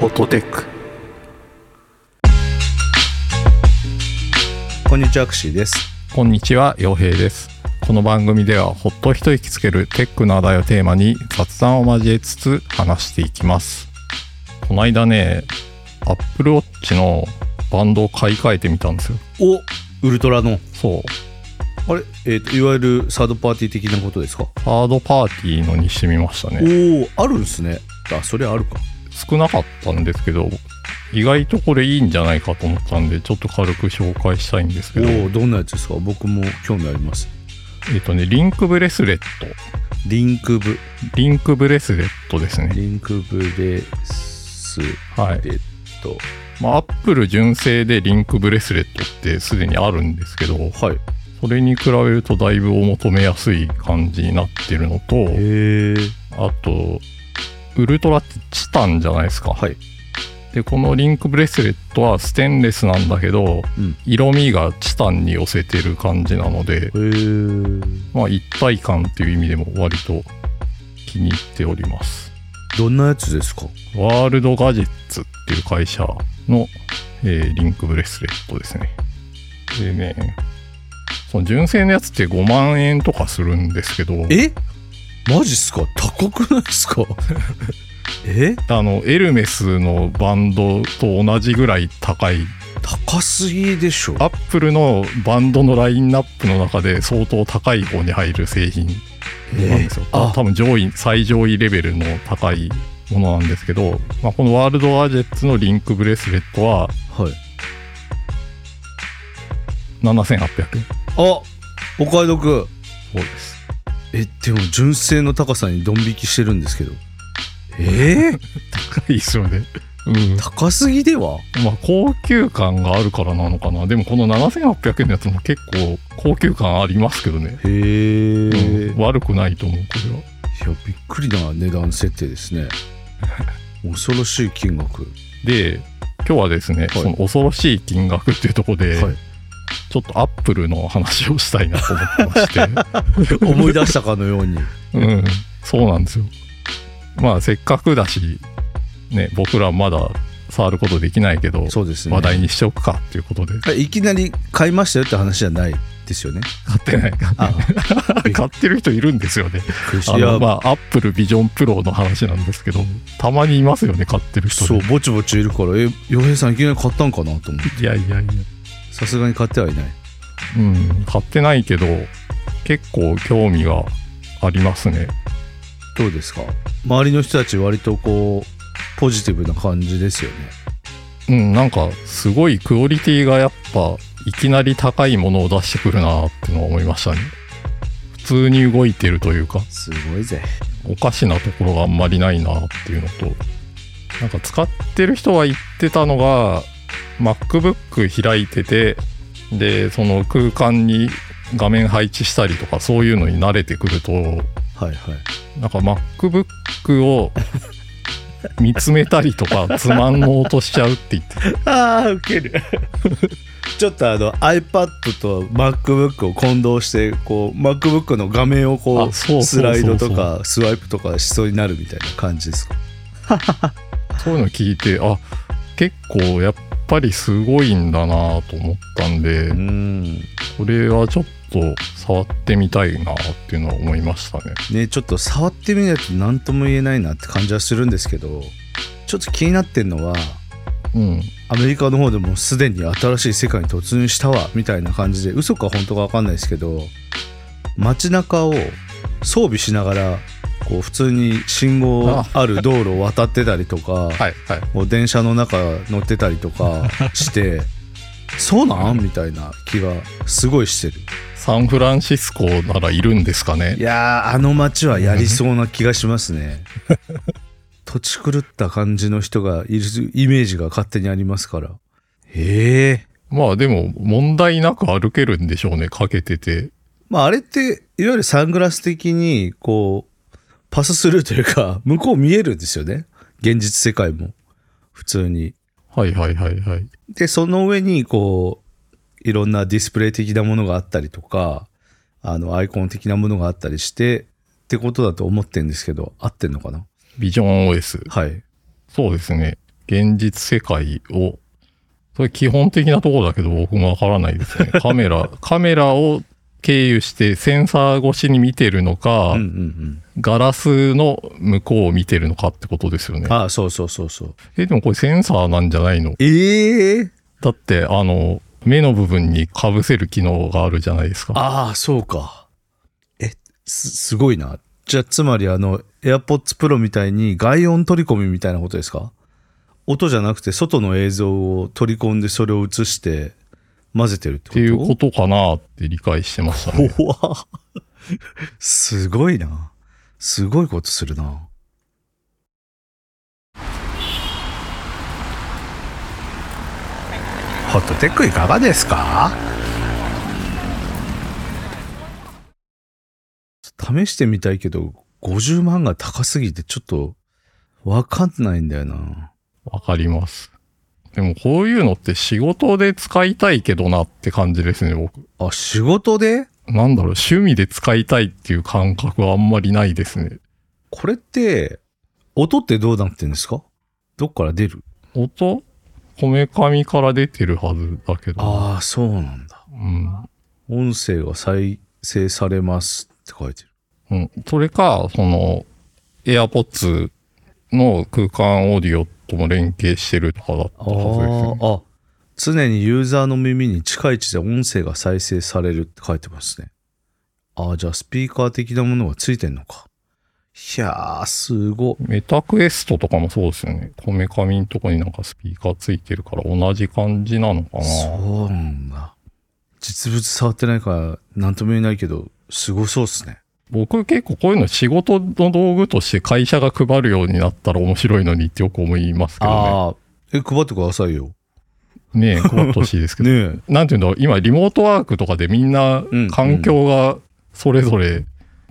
フォトテックこんにちは、アクシーです。こんにちは、洋平です。この番組では、ほっと一息つけるテックの話題をテーマに雑談を交えつつ話していきます。この間ね、Apple Watch のバンドを買い替えてみたんですよ。おウルトラの。そう。あれ、えーといわゆるサードパーティー的なことですか、ハードパーティーのにしてみましたね。おお、あるんですね。あ、それあるか。少なかったんですけど、意外とこれいいんじゃないかと思ったんで、ちょっと軽く紹介したいんですけど、おえお、どんなやつですか僕も興味あります。っとね、リンクブレスレット。リンクブ、リンクブレスレットですね。リンクブレスはい。レット。まあ、アップル純正でリンクブレスレットってすでにあるんですけど、はい。それに比べるとだいぶお求めやすい感じになってるのと、へえ。あと、ウルトラってチタンじゃないですか。はい。で、このリンクブレスレットはステンレスなんだけど、うん色味がチタンに寄せてる感じなのへで、え。まあ一体感っていう意味でも割と気に入っております。どんなやつですかワールドガジェッツっていう会社の、えーリンクブレスレットですね。でね、その純正のやつって5万円とかするんですけど、えマジっすか高くないっすかえあの、エルメスのバンドと同じぐらい高い、高すぎでしょアップルのバンドのラインナップの中で相当高い方に入る製品なんですよ。えーあ多分上位、最上位レベルの高いものなんですけど、まあ、このワールドガジェッツのリンクブレスレットははい。 7800円。あお買い得そうです。えでも純正の高さにドン引きしてるんですけどえー、高いですよね。うん。高すぎではまあ、高級感があるからなのかな。でも、この7800円のやつも結構高級感ありますけどね。へえ、うんいや悪くないと思う、これは。びっくりな値段設定です ね恐ろしい金額で、今日はですね、その恐ろしい金額っていうところで、はいちょっとアップルの話をしたいなと思ってまし て。思い出したかのようにうん、そうなんですよ。まあ、せっかくだし、ね、僕らまだ触ることできないけど、そうですね話題にしておくかっていうことで、いきなり買いましたよって話じゃないですよね買ってないか。あ買ってる人いるんですよね。 あいのやまあ、アップルビジョンプロの話なんですけど、たまにいますよね、買ってる人そうで。ぼちぼちいるからえ洋平さんいきなり買ったんかなと思っていやいやいや。さすがに買ってはいないうん、買ってないけど、結構興味がありますね。どうですか周りの人たち割とこうポジティブな感じですよねうん、なんか、すごいクオリティがやっぱ、いきなり高いものを出してくるなってのは思いましたね。普通に動いてるというか、すごいぜおかしなところがあんまりないなっていうのと、なんか使ってる人は言ってたのが、MacBook 開いてて、で、その空間に画面配置したりとか、そういうのに慣れてくると、はいはいなんか MacBook を見つめたりと か、つまんのうとしちゃうって言って、ああウケる ちょっとあの iPad と MacBook を混同してこう MacBook の画面をこあうそうそうそうそうスライドとかスワイプとかしそうになるみたいな感じですかそういうの聞いて、あ、結構やっぱりすごいんだなと思ったんで、んこれはちょっと触ってみたいなっていうのは思いましたね。ねちょっと触ってみないと何とも言えないなって感じはするんですけどちょっと気になってんのはうん。アメリカの方でもすでに新しい世界に突入したわみたいな感じで嘘か本当か分かんないですけど街中を装備しながらこう普通に信号ある道路を渡ってたりとか、はいはい。もう電車の中乗ってたりとかしてそうなんみたいな気がすごいしてるサンフランシスコならいるんですかねい。やーあの街はやりそうな気がしますね土地狂った感じの人がいるイメージが勝手にありますからへえまあでも問題なく歩けるんでしょうね、かけてて。まあ、あれって、いわゆるサングラス的に、こう、パススルーというか、 向こう見えるんですよね。現実世界も。普通に。はいはいはいはい。で、その上に、こう、いろんなディスプレイ的なものがあったりとか、あの、アイコン的なものがあったりして、ってことだと思ってんですけど、合ってんのかなビジョン OS。はい。そうですね。現実世界を、それ基本的なところだけど僕もわからないです ね。カメラ、カメラを経由してセンサー越しに見てるのか、うんうんうんガラスの向こうを見てるのかってことですよね。ああそうそうそうそうえ、でもこれセンサーなんじゃないのええだって、あの、目の部分に被せる機能があるじゃないですか。ああそうかえすすごいなじゃあつまりあの AirPods Pro みたいに外音取り込みみたいなことですか音じゃなくて外の映像を取り込んでそれを映して混ぜてるってこってということかなって理解してましたね。怖っすごいなすごいことするなホットテックいかがですか試してみたいけど50万が高すぎてちょっとわかんないんだよなわかります。でもこういうのって仕事で使いたいけどなって感じですね、僕。あ仕事でなんだろう、趣味で使いたいっていう感覚はあんまりないですね。これって音ってどうなってんですかどっから出る音こめかみから出てるはずだけど。ああそうなんだうん。音声が再生されますって書いてる。うん。それか、その、AirPods の空間オーディオとも連携してるとかだったはずですね。あ、常にユーザーの耳に近い位置で音声が再生されるって書いてますね。あ、じゃあスピーカー的なものがついてんのか。いやー、すごい。メタクエストとかもそうですよね。こめかみんとこになんかスピーカーついてるから同じ感じなのかな。そうなんだ。実物触ってないから、なんとも言えないけど、すごそうっすね。僕結構こういうの仕事の道具として会社が配るようになったら面白いのにってよく思いますけどああ、え、配ってくださいよ。ね。ねえ、配ってほし いですけど。ねえ。なんていうんだろう、今リモートワークとかでみんなうん環境がそれぞれ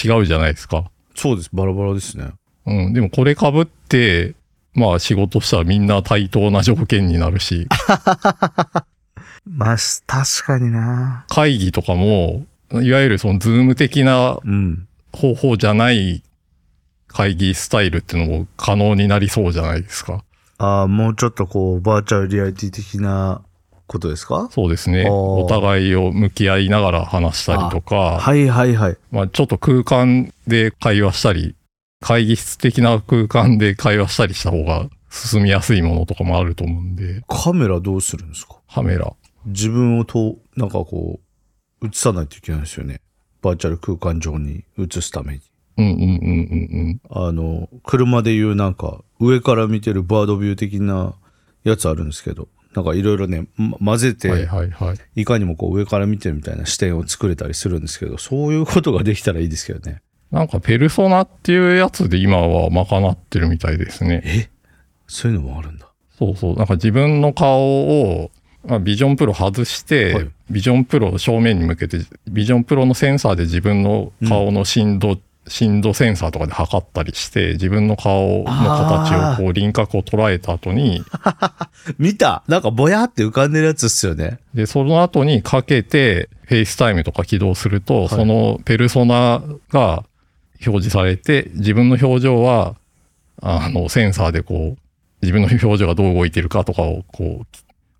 違うじゃないですか。そうです、バラバラですね。うん、でもこれ被って、まあ仕事したらみんな対等な条件にな るし、まあ、確かにな。会議とかも、いわゆるそのズーム的なうん。方法じゃない会議スタイルっていうのも可能になりそうじゃないですか。ああ、もうちょっとこう、バーチャルリアリティ的なことですかそうですね。あーお互いを向き合いながら話したりとか、はいはいはい。まあちょっと空間で会話したり、会議室的な空間で会話したりした方が進みやすいものとかもあると思うんで、カメラどうするんですかカメラ。自分をと、なんかこう、映さないといけないですよね。バーチャル空間上に映すために。うんうんうんうんあの、車でいうなんか、上から見てるバードビュー的なやつあるんですけど、なんかいろいろね、ま混ぜうん。はいて、はいはい。いかにもこう上から見てるみたいな視点を作れたりするんですけど、そういうことができたらいいですけどね。なんかペルソナっていうやつで今は賄ってるみたいですね。えそういうのもあるんだ。そうそう。なんか自分の顔を、まあ、ビジョンプロ外して、はいビジョンプロを正面に向けて、ビジョンプロのセンサーで自分の顔の振動、振動センサーとかで測ったりして、自分の顔の形をこう輪郭を捉えた後に、見たなんかぼやって浮かんでるやつっすよね。で、その後にかけて、フェイスタイムとか起動すると、いそのペルソナが表示されて、自分の表情は、あの、センサーでこう、自分の表情がどう動いてるかとかをこう、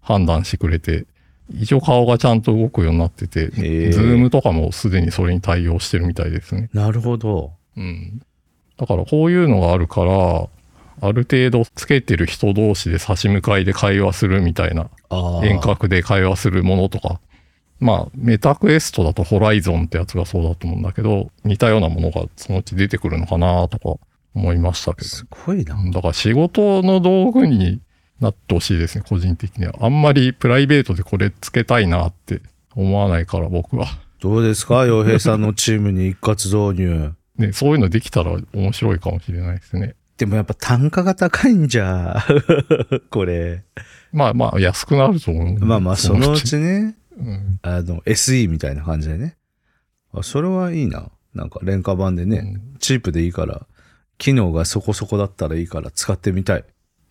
判断してくれて、一応顔がちゃんと動くようになってて、ズーームとかもすでにそれに対応してるみたいですね。なるほど。うん。だからこういうのがあるから、ある程度つけてる人同士で差し向かいで会話するみたいなああ。遠隔で会話するものとか、まあ、メタクエストだとホライゾンってやつがそうだと思うんだけど、似たようなものがそのうち出てくるのかなとか思いましたけすごいな。ど。だから仕事の道具になってほしいですね、個人的には。あんまりプライベートでこれつけたいなって思わないから僕は。どうです か洋平さんのチームに一括導入。ね、そういうのできたら面白いかもしれないですね。でもやっぱ単価が高いんじゃ。 これ。まあまあ、安くなると思う。まあまあ、そのう。ちね、うん。あの、SE みたいな感じでね。あそれはいいな。なんか、廉価版でね、チープでいいから、機能がそこそこだったらいいから使ってみたい。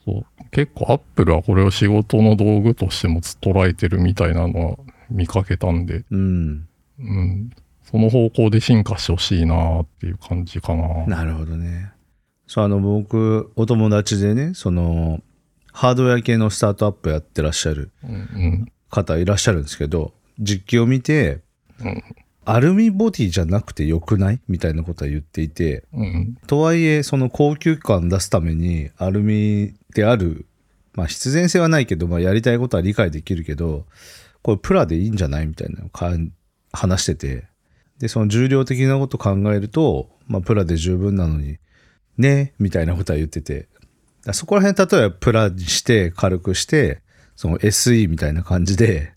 そう結構アップルはこれを仕事の道具としても捉えてるみたいなのは見かけたんで、うん。うん、その方向で進化してほしいなっていう感じかな。なるほどね。そう、あの、僕、お友達でね、その、ハードウェア系のスタートアップやってらっしゃるうん方いらっしゃるんですけど実機を見て、うんアルミボディじゃなくてよくないみたいなことは言っていてうんうんとはいえその高級感出すためにアルミである、まあ、必然性はないけど、まあ、やりたいことは理解できるけどこれプラでいいんじゃないみたいなのをか話しててでその重量的なこと考えると、まあ、プラで十分なのにねみたいなことは言っててだからそこら辺例えばプラにして軽くしてその SE みたいな感じで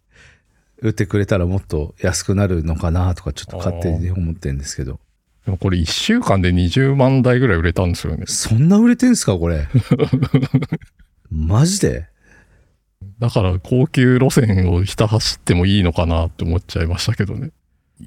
売ってくれたらもっと安くなるのかなとかちょっと勝手に思ってるんですけどでもこれ1週間で20万台ぐらい売れたんですよね。そんな売れてんすかこ れマジでだから高級路線をひた走ってもいいのかなって思っちゃいましたけどね。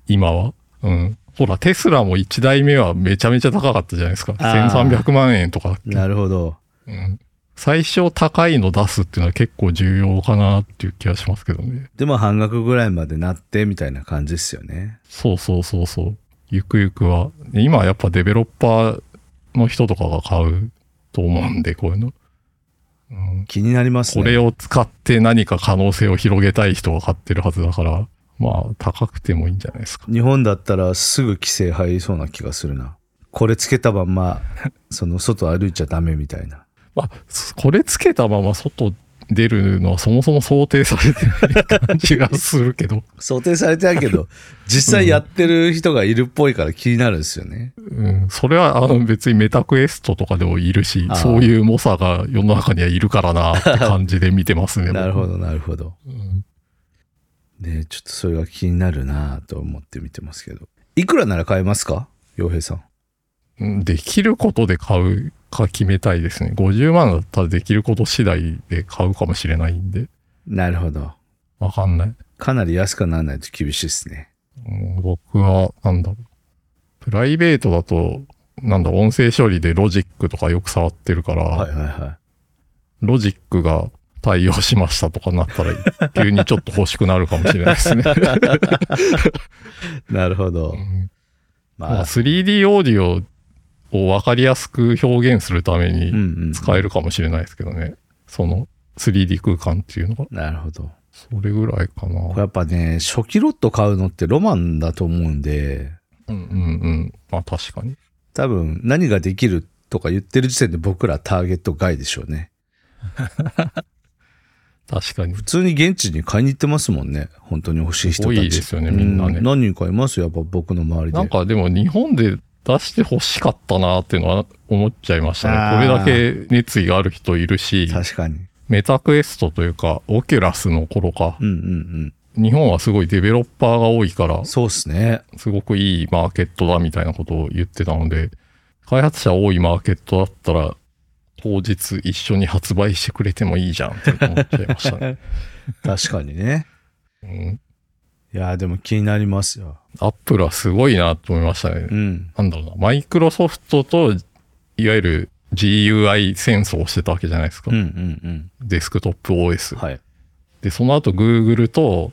今は。うん。ほら、テスラも1台目はめちゃめちゃ高かったじゃないですか。あー1300万円とか。なるほどうん。最初高いの出すっていうのは結構重要かなっていう気がしますけどね。でも半額ぐらいまでなってみたいな感じですよねそうそうそうそう。ゆくゆくは。今はやっぱデベロッパーの人とかが買うと思うんで、こういうの。うん。気になりますねこれを使って何か可能性を広げたい人が買ってるはずだから、まあ、高くてもいいんじゃないですか。日本だったらすぐ規制入りそうな気がするなこれつけたまん まその外歩いちゃダメみたいなまあ、すこれつけたまま外出るのはそもそも想定されてない感じがするけど、想定されてないけど 実際やってる人がいるっぽいから気になるんですよねうん、それはあの別にメタクエストとかでもいるしあー、そういう猛者が世の中にはいるから なって感じで見てますね。なるほど。どなるほどうんねちょっとそれが気になるなと思って見てますけどいくらなら買えますか洋平さんうんできることで買うか決めたいですね。50万だったらできること次第で買うかもしれないんで、なるほどわかんない。かなり安くならないと厳しいですねうん僕は、なんだろう。プライベートだと、なんだ、音声処理でロジックとかよく触ってるから、はいはいはロジックが対応しましたとかなったら、急にちょっと欲しくなるかもしれないで すね。いなるほどうんままああ 3D オーディオを分かりやすく表現するためうんにうん使えるかもしれないですけどね。その 3D 空間っていうのが。なるほどそれぐらいかな。これやっぱね初期ロット買うのってロマンだと思うんでうんうんうん。まあ確かに。多分何ができるとか言ってる時点で僕らターゲット外でしょうね確かに。普通に現地に買いに行ってますもんね本当に欲しい人たち多いですよねみんなねう何人かいますよやっぱ僕の周りでなんかでも日本で出して欲しかったなっていうのは思っちゃいましたあーね。これだけ熱意がある人いるし、確かにメタクエストというか、オキュラスの頃かう、んうん日本はすごいデベロッパーが多いからうん、そうっすねすごくいいマーケットだみたいなことを言ってたので、開発者多いマーケットだったら、当日一緒に発売してくれてもいいじゃんって思っちゃい ましたね。確かにね うんいやーでも気になりますよアップルはすごいなと思いましたね。うんなんだろうな、マイクロソフトと、いわゆる GUI 戦争をしてたわけじゃないですか。うんうんデスクトップう OS ん。はいで、その後 Google と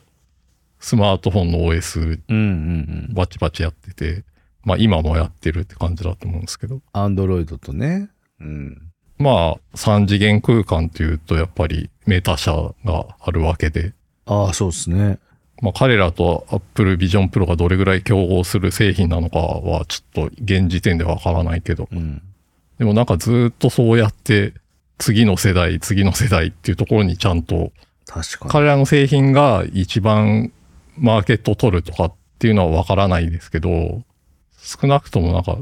スマートフォンの OS うんうんバチバチやってて、まあ今もやってるって感じだと思うんですけど。うんアンドロイドとねうんまあ3次元空間っていうとやっぱりメタ社があるわけで、ああそうっすねまあ彼らと Apple Vision Pro がどれぐらい競合する製品なのかはちょっと現時点でわからないけど、うんでもなんかずーっとそうやって、次の世代、次の世代っていうところにちゃんと、確かに彼らの製品が一番マーケットを取るとかっていうのはわからないですけど、少なくともなんか、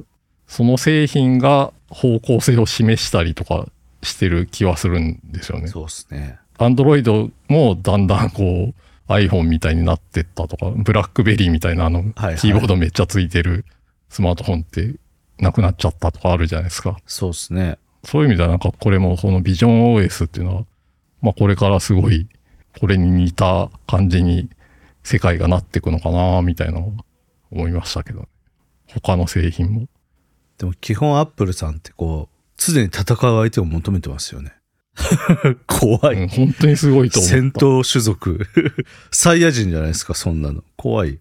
その製品が方向性を示したりとかしてる気はするんですよね。そうっすねアンドロイドもだんだんこう iPhone みたいになってったとか、ブラックベリーみたいなあの、はいはいキーボードめっちゃついてるスマートフォンってなくなっちゃったとかあるじゃないですか。そうっすねそういう意味ではなんかこれもこのビジョン OS っていうのは、まあこれからすごいこれに似た感じに世界がなっていくのかなみたいなのを思いましたけど、他の製品も。でも基本アップルさんってこう常に戦う相手を求めてますよね 怖い、うん、本当にすごいと思った。戦闘種族 サイヤ人じゃないですかそんなの怖い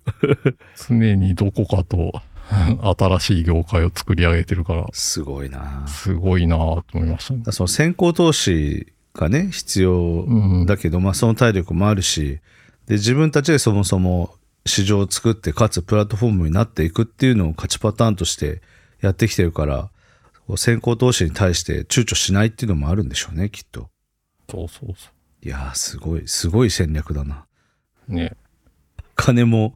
常にどこかと 新しい業界を作り上げてるから、すごいなだかすごいなと思いましたね。らその先行投資がね必要うんだけど、まあ、その体力もあるしで自分たちでそもそも市場を作ってかつプラットフォームになっていくっていうのを勝ちパターンとしてやってきてるからこう先行投資に対して躊躇しないっていうのもあるんでしょうねきっとそうそうそいやーすごいすごい戦略だなう。ね。金も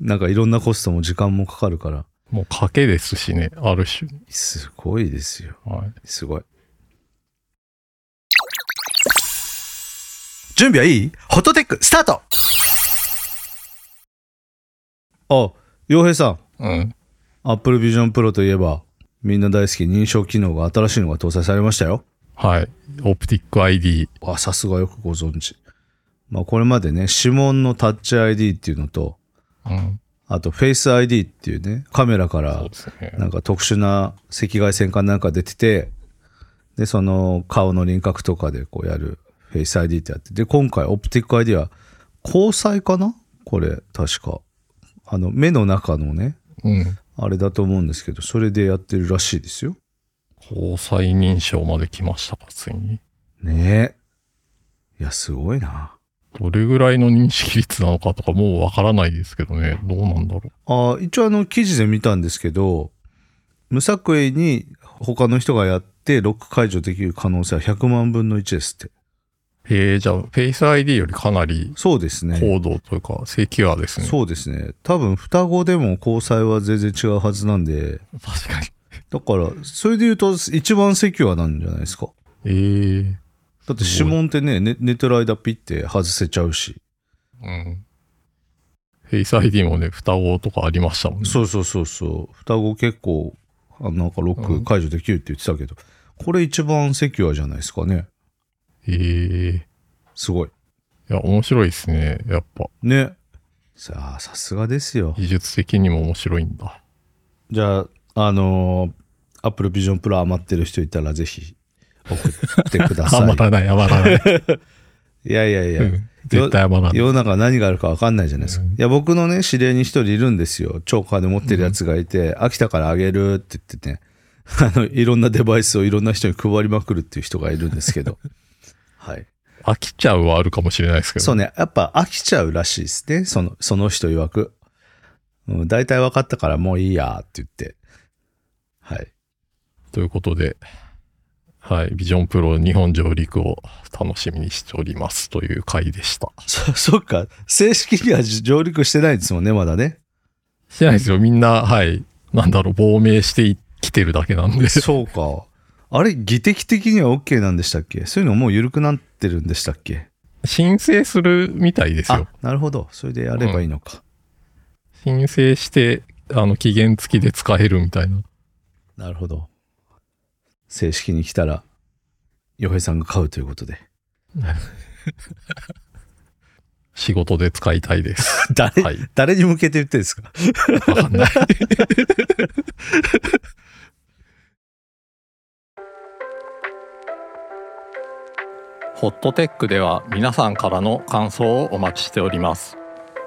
なんかいろんなコストも時間もかかるからもう賭けですしね、ある種。すごいですよはい。すごい準備はいいホットテックスタートあ洋平さんうん。 Apple Vision Pro といえばみんな大好き認証機能が新しいのが搭載されましたよはい。オプティック ID。あさすがよくご存知まあこれまでね指紋のタッチ ID っていうのとうん。あとフェイス ID っていうねカメラかそらうですね。なんか特殊な赤外線かなんか出てて、で、その顔の輪郭とかでこうやるフェイス ID ってやって、で、今回オプティック ID は交際かなこれ、確か。あの、目の中のね、うん。あれだと思うんですけど、それでやってるらしいですよ。交際認証まで来ましたか、ついに。ねえ。いや、すごいな。どれぐらいの認識率なのかとかもうわからないですけどね。どうなんだろあー一応あの記事で見たんですけど無作為に他の人がやってロック解除できる可能性は100万分の1ですってう。えー、じゃあ、フェイス ID よりかなりそうですね高度というか、セキュアですね。そうですね多分双子でも交際は全然違うはずなんで確かに。だからそれで言うと一番セキュアなんじゃないですかえー。だって指紋ってねね寝てる間ピッて外せちゃうし、うん。フェイス ID もね、双子とかありましたもんね。そうそうそうそう双子結構あなんかロック解除できるって言ってたけど、これ一番セキュアじゃないですかねえー。いすごいや、面白いですね。やっぱ、ねさあさすがですよ技術的にも面白いんだ。じゃああのー、Apple Vision Pro 余ってる人いたらぜひ送ってく ださ余いらない、余らない。いやいやいや、うん絶対余らない。世の中何があるか分かんないじゃないですか。いや、僕のね、知り合いに一人いるんですよ。チョーカーで持ってるやつがいて、秋田からあげるって言ってね、 あの、いろんなデバイスをいろんな人に配りまくるっていう人がいるんですけ ど。はい。飽きちゃうはあるかもしれないですけど。そうね、やっぱ飽きちゃうらしいですね。その、その人曰く。うん、大体分かったからもういいやって言って。はい。ということで、はい、ビジョンプロ日本上陸を楽しみにしておりますという回でした。そ、 そっか。正式には上陸してないんですもんね、まだね。してないですよ。みんな、はい、なんだろう、亡命していきてるだけなんで。そうか。あれ、技的的には OK なんでしたっけそういうのもう緩くなってるんでしたっけ申請するみたいですよあ。なるほどそれでやればいいのか、申請して、あの、期限付きで使えるみたいな。なるほど正式に来たら洋平さんが買うということで仕事で使いたいです。誰、はい。誰に向けて言ってるんですかわかんない。 ホットテックでは皆さんからの感想をお待ちしております。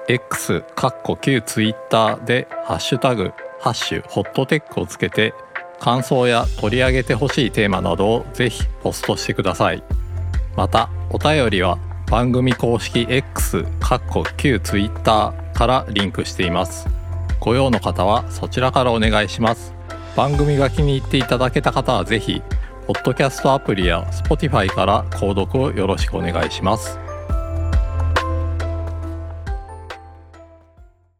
X かっこ旧 Twitter でハッシュタグハッシュホットテックをつけて感想や取り上げてほしいテーマなどをぜひポストしてください。またお便りは番組公式 X かっこ旧 Twitter からリンクしています。ご用の方はそちらからお願いします番組が気に入っていただけた方はぜひポッドキャストアプリや Spotify から購読をよろしくお願いします